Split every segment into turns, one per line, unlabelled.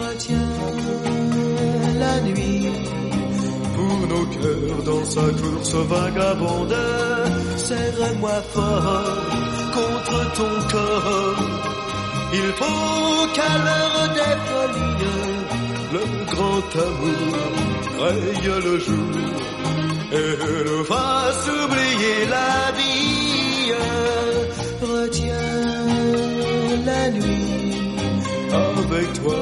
Retiens la nuit pour nos cœurs dans sa course vagabonde. Serre-moi fort contre ton corps. Il faut qu'à l'heure des folies, le grand amour raye le jour et nous fasse oublier la vie. Retiens la nuit. Avec toi,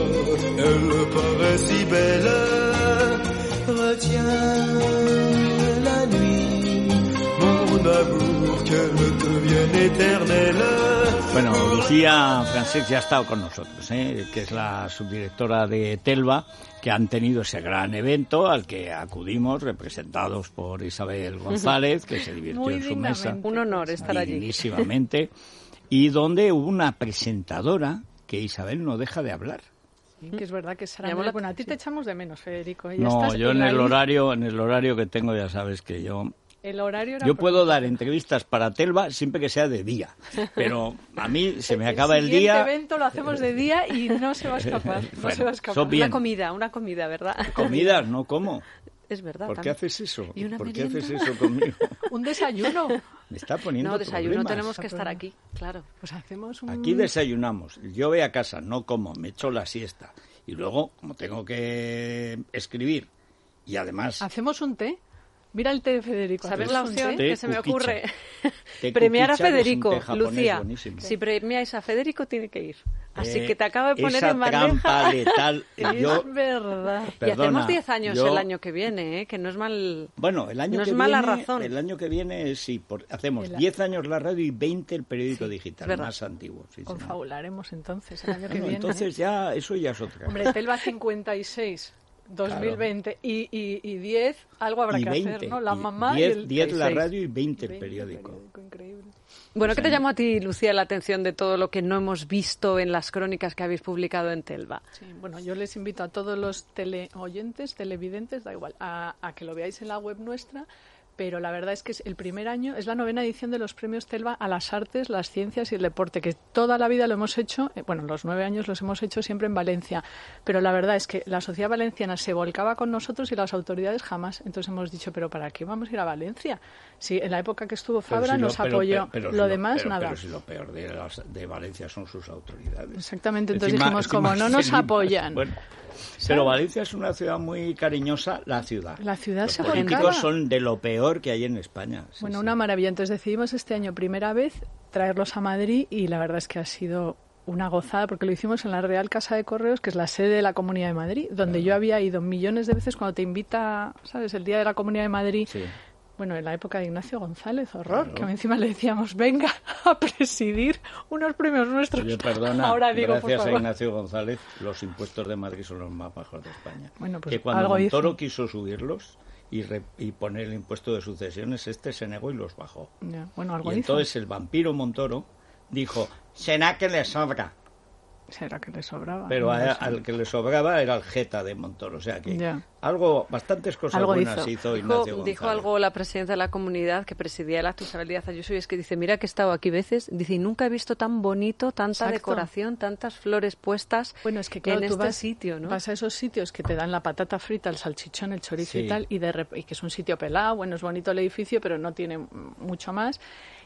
elle paraît si belle. Retiens la nuit. Mon amour, qu'elle devienne éternelle.
Bueno, Lucía Francés ya ha estado con nosotros, ¿eh? que es la subdirectora de Telva, que han tenido ese gran evento al que acudimos, representados por Isabel González, que se divirtió
Muy
en su mesa
dignamente. Un honor estar allí.
dignísimamente, y donde hubo una presentadora que Isabel no deja de hablar.
Que es verdad que Sara
Llamó
Melo-
la
Bueno, a ti
atención.
te echamos de menos, eh, Federico. y
No,
estás
yo en
la
el
lista.
horario, en el horario que tengo ya sabes que yo
El horario era
Yo
por-
puedo dar entrevistas para Telva siempre que sea de día, pero a mí se me acaba el
siguiente
día
evento lo hacemos de día y no se va a escapar. No
Bueno,
se va a escapar.
son bien.
Una comida, una comida, ¿verdad?
comidas, no como.
Es verdad.
¿Por qué
también.
haces eso?
¿Y una
¿Por qué haces
merienda?
eso conmigo?
Un desayuno.
Me está poniendo
No, desayuno,
problemas.
tenemos que Mm. estar aquí, claro.
Pues hacemos un...
Aquí desayunamos. Yo voy a casa, no como, me echo la siesta y luego como tengo que escribir y además
Hacemos un té. Mira el té de Federico.
Saber
Es
la
hacemos un
opción
té.
té
que se me
cuquicha.
ocurre.
Té
Premiar a
cuquicha, que es un
Federico,
té japonés
Lucía.
buenísimo.
Si premiáis a Federico, tiene que ir. Así
Eh,
que te acabo de poner
esa
en bandeja.
trampa letal. Yo,
Es verdad.
Y hacemos
perdona,
10 años
yo-
el año que viene, ¿eh? que no es mal.
Bueno, el año
No
que
es mala
viene,
razón.
el año que viene sí, por- hacemos
El a-
10 años la radio y 20 el periódico digital
verdad.
más antiguo. sí, señor.
Confabularemos entonces el año que
Bueno,
viene.
entonces
¿eh?
ya eso ya es otra.
Hombre, Telva 56, 2020 y, y, y 10, algo habrá
y
que
20,
hacer, ¿no? La
y
mamá
10,
y el
10 la
16.
radio y 20 el
20
periódico.
Increíble.
Bueno, ¿qué te llamó a ti, Lucía, la atención de todo lo que no hemos visto en las crónicas que habéis publicado en Telva?
Sí, bueno, yo les invito a todos los teleoyentes, televidentes, da igual, a, a que lo veáis en la web nuestra. Pero la verdad es que es el primer año, es la novena edición de los premios Telva a las artes, las ciencias y el deporte, que toda la vida lo hemos hecho, eh, bueno, los nueve años los hemos hecho siempre en Valencia. Pero la verdad es que la sociedad valenciana se volcaba con nosotros y las autoridades jamás. Entonces hemos dicho, ¿pero para qué vamos a ir a Valencia? Si en la época que estuvo
Pero
Fabra
si lo-
nos
pero-
apoyó,
pero- pero si
lo demás
pero-
nada.
Pero si lo peor de, las- de Valencia son sus autoridades.
Exactamente, entonces
Encima-
dijimos,
encima
como no nos
seguimos.
apoyan.
Bueno, pero Valencia es una ciudad muy cariñosa, la ciudad.
La ciudad
Los
se
políticos
volcaba.
son de lo peor que hay en España. sí,
Bueno,
sí.
una maravilla. Entonces decidimos este año, primera vez, traerlos a Madrid y la verdad es que ha sido una gozada porque lo hicimos en la Real Casa de Correos, que es la sede de la Comunidad de Madrid, donde yo había ido millones de veces cuando te invita, ¿sabes? El Día de la Comunidad de Madrid.
Sí.
Bueno, en la época de Ignacio González, horror,
Claro.
que encima le decíamos, venga a presidir unos premios nuestros.
Oye, perdona,
Ahora digo, por
gracias a
favor.
Ignacio González, los impuestos de Madrid son los más bajos de España.
Bueno, pues
que cuando
algo hizo.
Montoro quiso subirlos y, re- y poner el impuesto de sucesiones, este se negó y los bajó.
Ya, Bueno, algo
y
hizo.
entonces el vampiro Montoro dijo, será que le sobra.
Será que le sobraba.
Pero
Ah, no
a-
lo sé.
al que le sobraba era el jeta de Montoro. O sea que
Ya.
algo, bastantes cosas
Algo
buenas
hizo.
hizo, Ignacio
Dijo,
González.
dijo algo la presidenta de la comunidad que presidía el acto, Isabel Díaz Ayuso, y es que dice, mira que he estado aquí veces, dice, y nunca he visto tan bonito, tanta
Exacto.
decoración, tantas flores puestas
Bueno, es que claro,
en
tú
este
vas,
sitio, ¿no?
vas a esos sitios que te dan la patata frita, el salchichón, el chorizo
Sí.
y tal, y, de rep- y que es un sitio pelado, bueno, es bonito el edificio, pero no tiene mm, mucho más.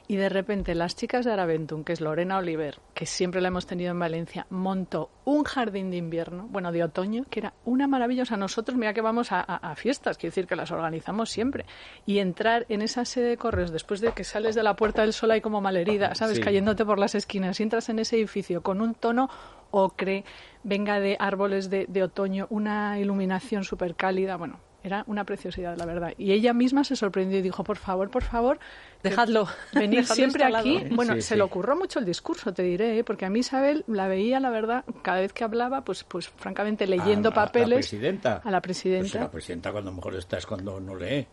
Y de repente las chicas de Araventum, que es Lorena Oliver, que siempre la hemos tenido en Valencia, montó un jardín de invierno, bueno, de otoño, que era una maravilla. O sea, nosotros, mira que vamos a, a- a fiestas, quiero decir que las organizamos siempre. Y entrar en esa sede de correos después de que sales de la Puerta del Sol ahí como malherida, ¿sabes?
Sí.
Cayendo yéndote por las esquinas y entras en ese edificio con un tono ocre, venga de árboles de, de otoño, una iluminación súper cálida, bueno, era una preciosidad, la verdad. Y ella misma se sorprendió y dijo, por favor, por favor, que
Dejadlo,
venid
dejadlo
siempre
instalado".
aquí. Bueno,
Sí,
se
sí.
le ocurrió mucho el discurso, te diré, ¿eh? porque a mí Isabel la veía, la verdad, cada vez que hablaba, pues, pues francamente leyendo
Ah, A- a-
papeles
A la presidenta.
a la
Pues
presidenta.
la presidenta cuando mejor está es cuando no lee.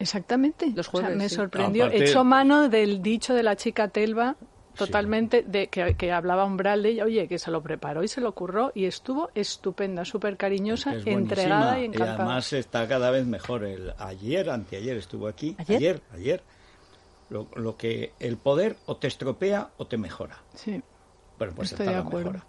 Exactamente.
Los
O sea,
jueves,
me
sí.
sorprendió.
Aparte-
Hecho mano del dicho de la chica Telva, totalmente, de que, que hablaba umbral de ella, oye, que se lo preparó y se lo curró y estuvo estupenda, súper cariñosa,
Es buenísima,
entregada y encantada.
además está cada vez mejor. El, ayer, anteayer estuvo aquí.
¿Ayer?
ayer. ayer. Lo, lo que el poder o te estropea o te mejora.
sí,
Bueno, pues
estoy de
está la
acuerdo.
mejora.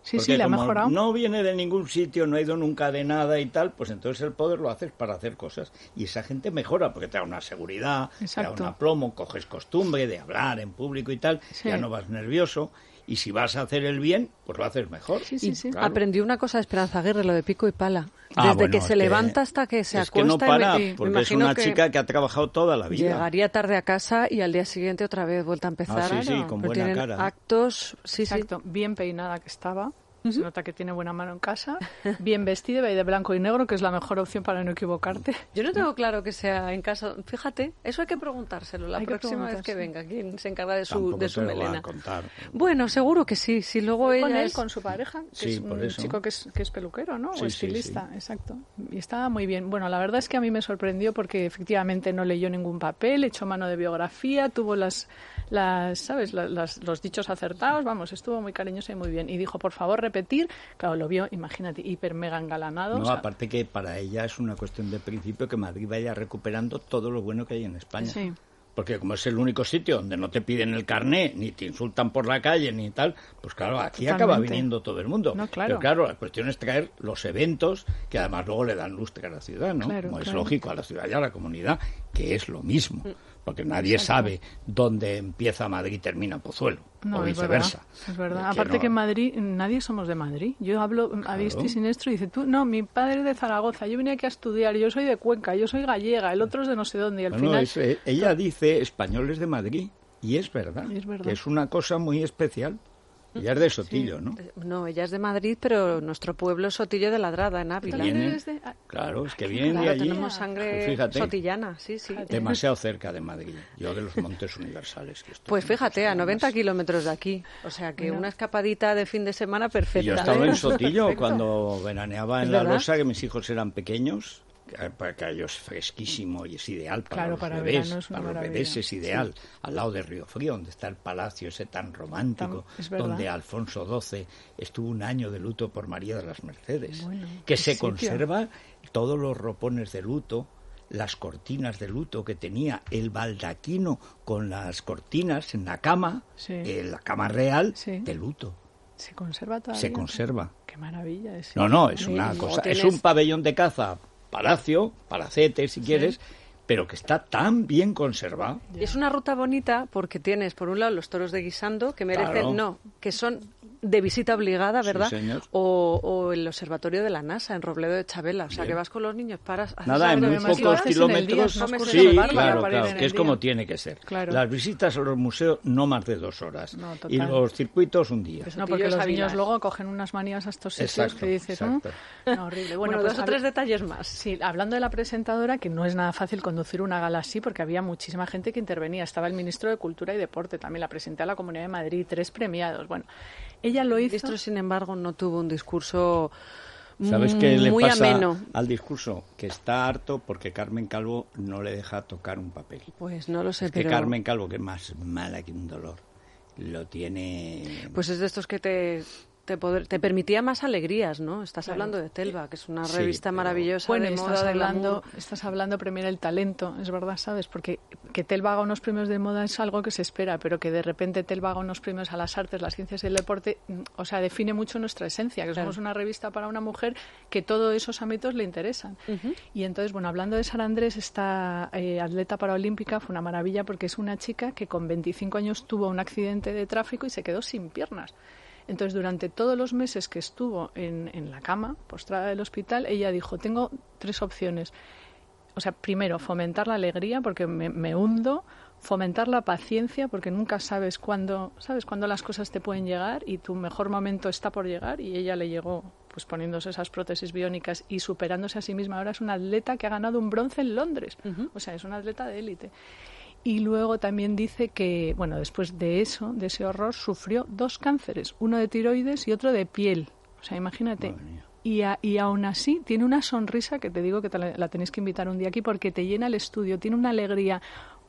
Sí,
Porque
sí, la ha
como
mejorado.
No viene de ningún sitio, no ha ido nunca de nada y tal, pues entonces el poder lo haces para hacer cosas. Y esa gente mejora porque te da una seguridad,
Exacto.
te da un aplomo, coges costumbre de hablar en público y tal,
Sí.
ya no vas nervioso. Y si vas a hacer el bien, pues lo haces mejor.
Sí, sí,
Y
sí.
Claro.
Aprendí una cosa de Esperanza Aguirre, lo de pico y pala.
Ah,
Desde
bueno,
que
es
se levanta hasta que se
es
acuesta.
que no
y me-
para,
y me
porque es
imagino
una
que
chica que ha trabajado toda la vida.
Llegaría tarde a casa y al día siguiente otra vez vuelta a empezar.
Ah, sí, sí,
Claro.
con
Pero
buena
tienen
cara.
actos, sí, sí.
Exacto, bien peinada que estaba. Se nota que tiene buena mano en casa. Bien vestida y de blanco y negro, que es la mejor opción para no equivocarte.
Yo no tengo claro que sea en casa. Fíjate, eso hay que preguntárselo la
Hay que
próxima vez que
preguntárselo.
venga. ¿Quién se encarga de su,
Tampoco
de
te
su
lo va a
melena?
contar.
Bueno, seguro que sí. Si luego
con
ella
él,
es-
con su pareja, que
Sí,
es
por
un
eso.
chico que es, que es peluquero, ¿no?
Sí,
o
sí,
estilista, exacto. Y estaba muy bien. Bueno, la verdad es que a mí me sorprendió porque efectivamente no leyó ningún papel, echó mano de biografía, tuvo las, las ¿sabes? La- las- los dichos acertados, vamos, estuvo muy cariñosa y muy bien. Y dijo, por favor, repetir. Claro, lo vio, imagínate, hiper mega engalanado.
No,
o sea,
aparte que para ella es una cuestión de principio que Madrid vaya recuperando todo lo bueno que hay en España.
Sí.
Porque como es el único sitio donde no te piden el carné, ni te insultan por la calle, ni tal, pues claro, aquí acaba
Totalmente.
viniendo todo el mundo.
No, claro.
Pero claro, la cuestión es traer los eventos que además luego le dan lustre a la ciudad, ¿no?
Claro,
como es
claro. Mm.
lógico, a la ciudad y a la comunidad, que es lo mismo. Porque nadie sabe dónde empieza Madrid y termina Pozuelo, o
es
viceversa.
verdad, Es verdad.
Que
Aparte
no-
que en Madrid nadie somos de Madrid. Yo hablo a visto y siniestro y dice, tú, no, mi padre es de Zaragoza, yo vine aquí a estudiar, yo soy de Cuenca, yo soy gallega, el otro es de no sé dónde y al
Bueno,
final...
es- eh, ella dice españoles de Madrid y es verdad.
Y es verdad.
que Es una cosa muy especial. Ella es de Sotillo, ¿no?
No, ella es de Madrid, pero nuestro pueblo es Sotillo de Ladrada, en Ávila.
También
Viene-
eres de- ah,
Claro, es que
aquí,
viene de
Claro,
allí.
tenemos sangre
Pues fíjate,
sotillana, sí, sí.
demasiado cerca de Madrid. Yo de los Montes Universales. Que estoy
Pues fíjate, a 90
kilómetros.
kilómetros de aquí. O sea que
Mira.
una escapadita de fin de semana perfecta.
Yo estaba en
¿eh?
Sotillo
Perfecto.
cuando veraneaba
¿Es
en La
verdad?
Rosa, que mis hijos eran pequeños. que- Para que a ellos fresquísimo y es ideal para
Claro,
los
para
bebés.
verano es una
para los
maravilla.
bebés es ideal. Al lado de Río Frío, donde está el palacio ese tan romántico,
Tan- es verdad.
donde Alfonso XII estuvo un año de luto por María de las Mercedes.
Bueno,
que
qué
se
sitio.
conserva todos los ropones de luto, las cortinas de luto que tenía, el baldaquino con las cortinas en la cama,
Sí.
eh, la cama real
Sí.
de luto.
Se conserva todavía.
Se conserva.
Qué maravilla es.
No, no, es una
no
cosa. Es
tienes-
un pabellón de caza, palacio, palacete, si quieres, pero que está tan bien conservado.
Y es una ruta bonita porque tienes, por un lado, los toros de guisando, que merecen,
Claro.
no, que son de visita obligada,
Sí,
¿verdad?
señor.
O, o el observatorio de la NASA en Robledo de Chabela. O sea, que vas con los niños, paras. haces
Nada, en
algo
muy
de más
si
pocos
lo haces en el día,
kilómetros.
es más
curioso
sí,
llevarlo
claro,
para ir
claro,
en
que
el
es como
día.
tiene que ser.
Claro.
Las visitas a los museos no más de dos horas.
No, total.
y los circuitos un día.
No, porque los
Sotillo es
niños
Avilás.
luego cogen unas manías a estos sitios
Exacto,
que dices, ¿no?
exacto.
No, horrible.
Bueno,
Bueno, pues,
dos o
a
tres
ver-
detalles más.
Sí, hablando de la presentadora, que no es nada fácil conducir una gala así, porque había muchísima gente que intervenía. Estaba el ministro de Cultura y Deporte, también la presenté a la Comunidad de Madrid, tres premiados. Bueno, ella lo hizo.
Esto, sin embargo, no tuvo un discurso
Pues,
mm,
mm,
¿Sabes qué le
muy
pasa
ameno.
al discurso? Que está harto porque Carmen Calvo no le deja tocar un papel.
Pues no lo sé,
Es que
pero...
Carmen Calvo, que es más mala que un dolor, lo tiene.
Pues es de estos que te, te, poder- te permitía más alegrías, ¿no? Estás hablando de Telva, que es una
Sí,
revista
pero-
maravillosa
Bueno,
de
y
moda,
estás
de
hablando,
glamour.
estás hablando primero el talento, es verdad, ¿sabes? Porque que Telva haga unos premios de moda es algo que se espera, pero que de repente Telva haga unos premios a las artes, las ciencias y el deporte, mm, o sea, define mucho nuestra esencia, que
Claro.
somos una revista para una mujer que todos esos ámbitos le interesan. Y entonces, bueno, hablando de Sara Andrés, esta eh, atleta paraolímpica fue una maravilla porque es una chica que con 25 años tuvo un accidente de tráfico y se quedó sin piernas. Entonces, durante todos los meses que estuvo en, en la cama, postrada del hospital, ella dijo, tengo tres opciones. O sea, primero, fomentar la alegría, porque me, me hundo, fomentar la paciencia, porque nunca sabes cuándo, sabes cuándo las cosas te pueden llegar y tu mejor momento está por llegar y ella le llegó pues poniéndose esas prótesis biónicas y superándose a sí misma. Ahora es una atleta que ha ganado un bronce en Londres. O sea, es una atleta de élite. Y luego también dice que, bueno, después de eso, de ese horror, sufrió dos cánceres, uno de tiroides y otro de piel. O sea, imagínate,
Madre mía.
y, a- y aún así tiene una sonrisa que te digo que te la, la tenéis que invitar un día aquí porque te llena el estudio, tiene una alegría,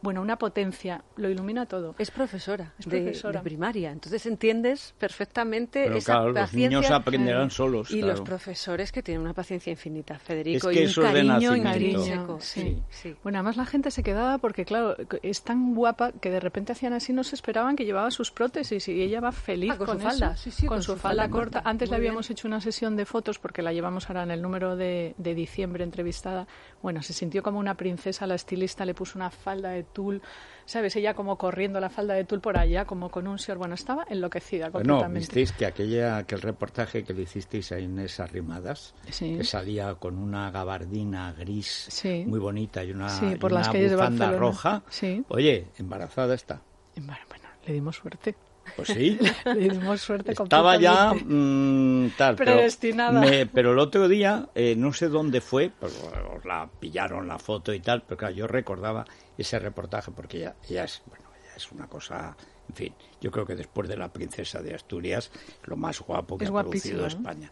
bueno, una potencia, lo ilumina todo.
Es profesora,
Es
de- De,
profesora.
primaria, entonces entiendes perfectamente
Pero
esa
claro, los
paciencia.
niños aprenderán solos,
Y los
claro.
profesores que tienen una paciencia infinita, Federico,
Es que
y un
eso es de
cariño
nacimiento.
intrínseco.
Sí.
sí.
Bueno, además la gente se quedaba porque, claro, es tan guapa que de repente hacían así, no se esperaban que llevaba sus prótesis y ella va feliz
Ah, con su
eso.
falda, sí, sí,
con, su, falda, corta. Antes
Muy
le habíamos
bien.
hecho una sesión de fotos porque la llevamos ahora en el número de, de diciembre entrevistada. Bueno, se sintió como una princesa, la estilista le puso una falda de tul, ¿sabes? Ella como corriendo la falda de tul por allá, como con un señor. Bueno, estaba enloquecida
Bueno,
completamente.
visteis que aquella, aquel reportaje que le hicisteis a Inés Arrimadas,
Sí.
que salía con una gabardina gris
Sí.
muy bonita y una,
Sí, por
y
las
una
calles de
bufanda
Barcelona.
roja.
Sí.
Oye, embarazada está.
bueno, bueno, le dimos suerte.
Pues sí.
Le dimos suerte
Estaba ya
completamente.
mm, tal, pero
Predestinada.
me- pero el otro día, eh, no sé dónde fue, pues, os la pillaron la foto y tal, pero claro, yo recordaba ese reportaje porque ella, ella es, bueno, ella es una cosa, en fin, yo creo que después de la princesa de Asturias, lo más guapo que
Es
ha
guapísima,
producido
¿no?
España.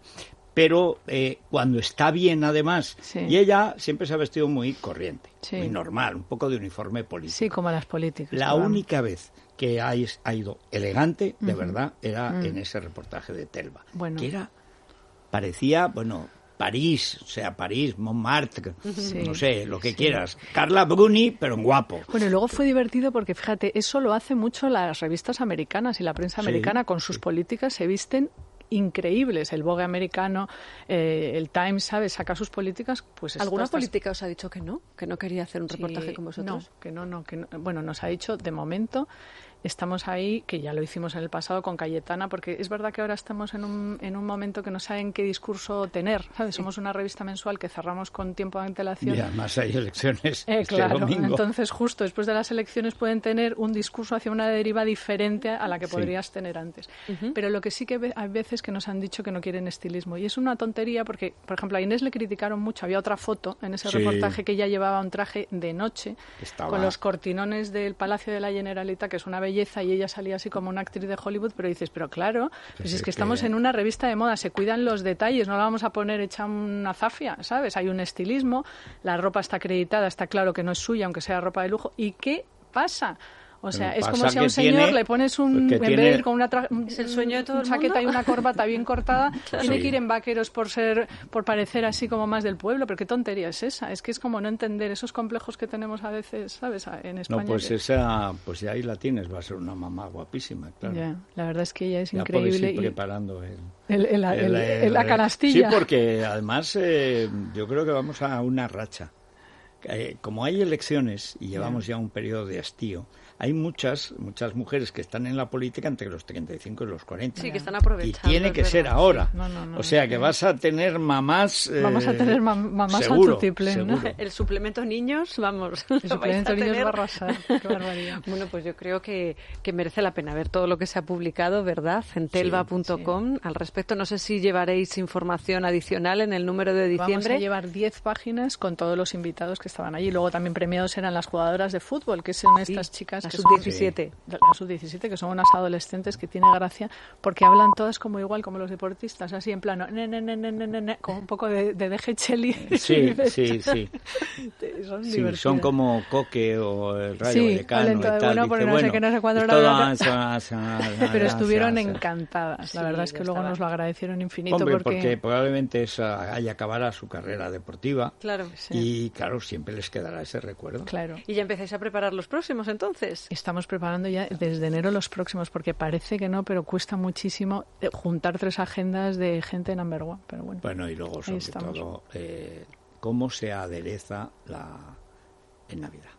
Pero eh, cuando está bien, además,
Sí.
y ella siempre se ha vestido muy corriente,
Sí.
muy normal, un poco de uniforme político.
Sí, como las políticas.
La
claro.
única vez que ha, is- ha ido elegante, de verdad, era en ese reportaje de Telva.
Mm. Bueno.
Que era, parecía, bueno, París, o sea, París, Montmartre,
Sí, Pues
no sé, lo que quieras. Carla Bruni, pero en guapo.
Bueno, y luego fue divertido porque, fíjate, eso lo hace mucho las revistas americanas y la
Sí,
prensa americana con sus políticas se visten increíbles. El Vogue americano, eh, el Times, ¿sabes? Saca sus políticas, pues... esto
¿Alguna
está-
política os ha dicho que no? ¿Que no quería hacer un
Sí,
reportaje con vosotros?
No, que no, no, que no. Bueno, nos ha dicho, de momento, estamos ahí, que ya lo hicimos en el pasado con Cayetana, porque es verdad que ahora estamos en un, en un momento que no saben qué discurso tener, ¿sabes? Somos una revista mensual que cerramos con tiempo de antelación.
Y además hay elecciones
Eh,
este
claro,
domingo.
entonces justo después de las elecciones pueden tener un discurso hacia una deriva diferente a la que podrías tener antes. Pero lo que sí que ve- hay veces que nos han dicho que no quieren estilismo y es una tontería porque, por ejemplo, a Inés le criticaron mucho. Había otra foto en ese
Sí.
reportaje que ella llevaba un traje de noche
Estaba-
con los cortinones del Palacio de la Generalita, que es una belleza, y ella salía así como una actriz de Hollywood, pero dices, pero claro, pues
es
es que
que-
estamos en una revista de moda, se cuidan los detalles, no la vamos a poner hecha una zafia, ¿sabes? Hay un estilismo, la ropa está acreditada, está claro que no es suya, aunque sea ropa de lujo, ¿y qué pasa? O sea,
Pero
es como
pasa
si a un
que
señor
tiene-
le pones un
que
en vez de
tiene-
ir con una tra- un-
Es el sueño de todo
un
el
chaqueta
mundo.
y una corbata bien cortada, tiene
Sí.
que ir en vaqueros por ser por parecer así como más del pueblo, pero qué tontería es esa? Es que es como no entender esos complejos que tenemos a veces, ¿sabes? A- En España.
No, pues
que-
esa, pues ya ahí la tienes, va a ser una mamá guapísima, claro.
Ya, la verdad es que ella es
Ya podéis
increíble
ir
y
preparando el,
el- el- Ah, el-
el-
el-
el-
la canastilla.
Sí, porque además eh, yo creo que vamos a una racha. Eh, como hay elecciones y llevamos ya un periodo de hastío, hay muchas muchas mujeres que están en la política entre los 35 y los 40.
Sí, que están aprovechando,
Y tiene
es
que ser
verdad,
ahora.
sí. No, no, no,
o sea,
es
que
que-
vas a tener mamás... eh,
Vamos a tener mam- mamás a
seguro,
tutiplén, ¿no?
seguro.
El suplemento niños, vamos.
El
lo vais
suplemento
a
niños
tener.
va a arrasar. Qué barbaridad.
Bueno, pues yo creo que, que merece la pena ver todo lo que se ha publicado, ¿verdad? En telva.com. Al respecto, no sé si llevaréis información adicional en el número de
Vamos a
diciembre.
llevar 10 páginas con todos los invitados que estaban allí. Luego también premiados eran las jugadoras de fútbol, que son
Sí,
estas chicas
la
que son
sub-17.
la sub-17, que son unas adolescentes que tiene gracia, porque hablan todas como igual, como los deportistas, así en plano, ne, ne, ne, ne, ne, ne, ne, con un poco de, de deje cheli.
Sí, sí, sí.
Son
Sí,
divertidas.
son como Coque o el Rayo
Sí,
Vallecano
hablan
y
todo de
tal.
bueno, pero no sé qué, no sé cuándo,
esto
bla, bla,
va-
bla.
se va- se va-
Pero
se va-
estuvieron
se va-
encantadas. La
Sí,
verdad es que
ya
luego
estaban.
nos lo agradecieron infinito
Hombre, porque...
porque...
probablemente esa, ahí acabará su carrera deportiva.
Claro.
Y claro, siempre les quedará ese recuerdo.
Claro.
Y ya empezáis a preparar los próximos, entonces.
Estamos preparando ya desde enero los próximos, porque parece que no, pero cuesta muchísimo eh, juntar tres agendas de gente number one. Pero bueno,
Bueno, y luego, sobre
estamos.
todo, eh, cómo se adereza la, en Navidad.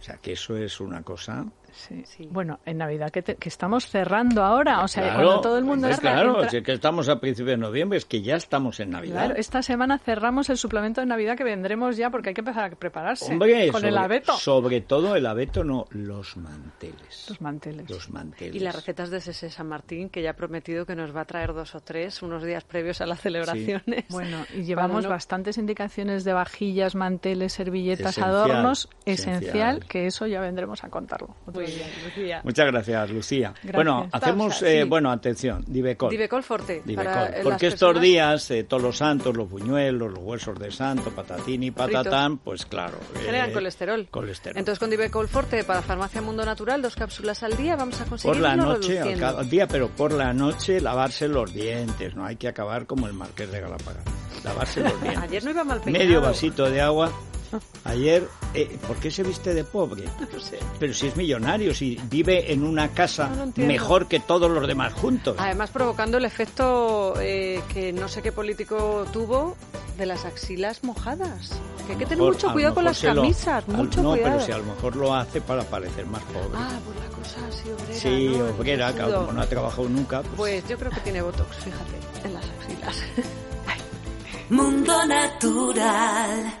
O sea, que eso es una cosa.
sí.
Sí.
bueno en Navidad que, te- que estamos cerrando ahora, o sea, cuando todo el mundo
es
entra-
Claro,
entra-
si es que estamos a principios de noviembre, es que ya estamos en Navidad.
Claro, esta semana cerramos el suplemento de Navidad que vendremos ya, porque hay que empezar a prepararse
Hombre,
con
sobre,
el abeto,
sobre todo el abeto, no, los manteles.
los manteles.
Los manteles.
Y las recetas de Sese San Martín, que ya ha prometido que nos va a traer dos o tres unos días previos a las celebraciones.
Bueno, y llevamos
no-
bastantes indicaciones de vajillas, manteles, servilletas,
Esencial,
adornos.
esencial.
Esencial, que eso ya vendremos a contarlo. Otro
Muy bien, Lucía.
Muchas gracias, Lucía.
Gracias.
Bueno, hacemos,
Pausa, sí.
eh, bueno, atención, Divecol.
Divecol Forte.
Divecol,
para, eh,
porque
las
estos
personas-
días eh, todos los santos, los buñuelos, los huesos de santo, patatín y patatán, pues claro.
Generan
eh,
colesterol.
Colesterol.
Entonces con Divecol Forte para Farmacia Mundo Natural, dos cápsulas al día, vamos a conseguir
por la
irlo
noche, al
reduciendo.
cabo- al día, pero por la noche lavarse los dientes, no hay que acabar como el marqués de Galapagar. Lavarse los dientes.
Ayer no iba mal peinado.
Medio vasito de agua. Ayer, eh, ¿por qué se viste de pobre? Pero si es millonario, si vive en una casa
No lo entiendo.
mejor que todos los demás juntos.
Además provocando el efecto eh, que no sé qué político tuvo de las axilas mojadas. Que hay que tener
Mejor-
mucho
a lo
cuidado con
mejor
las
se lo-
camisas,
al-
mucho
no,
cuidado.
pero si a lo mejor lo hace para parecer más pobre.
Ah, pues la cosa así obrera.
sí,
¿no?
obrera, claro,
El tejido.
como no ha trabajado nunca. pues-
Pues yo creo que tiene botox, fíjate, en las axilas.
Mundo natural.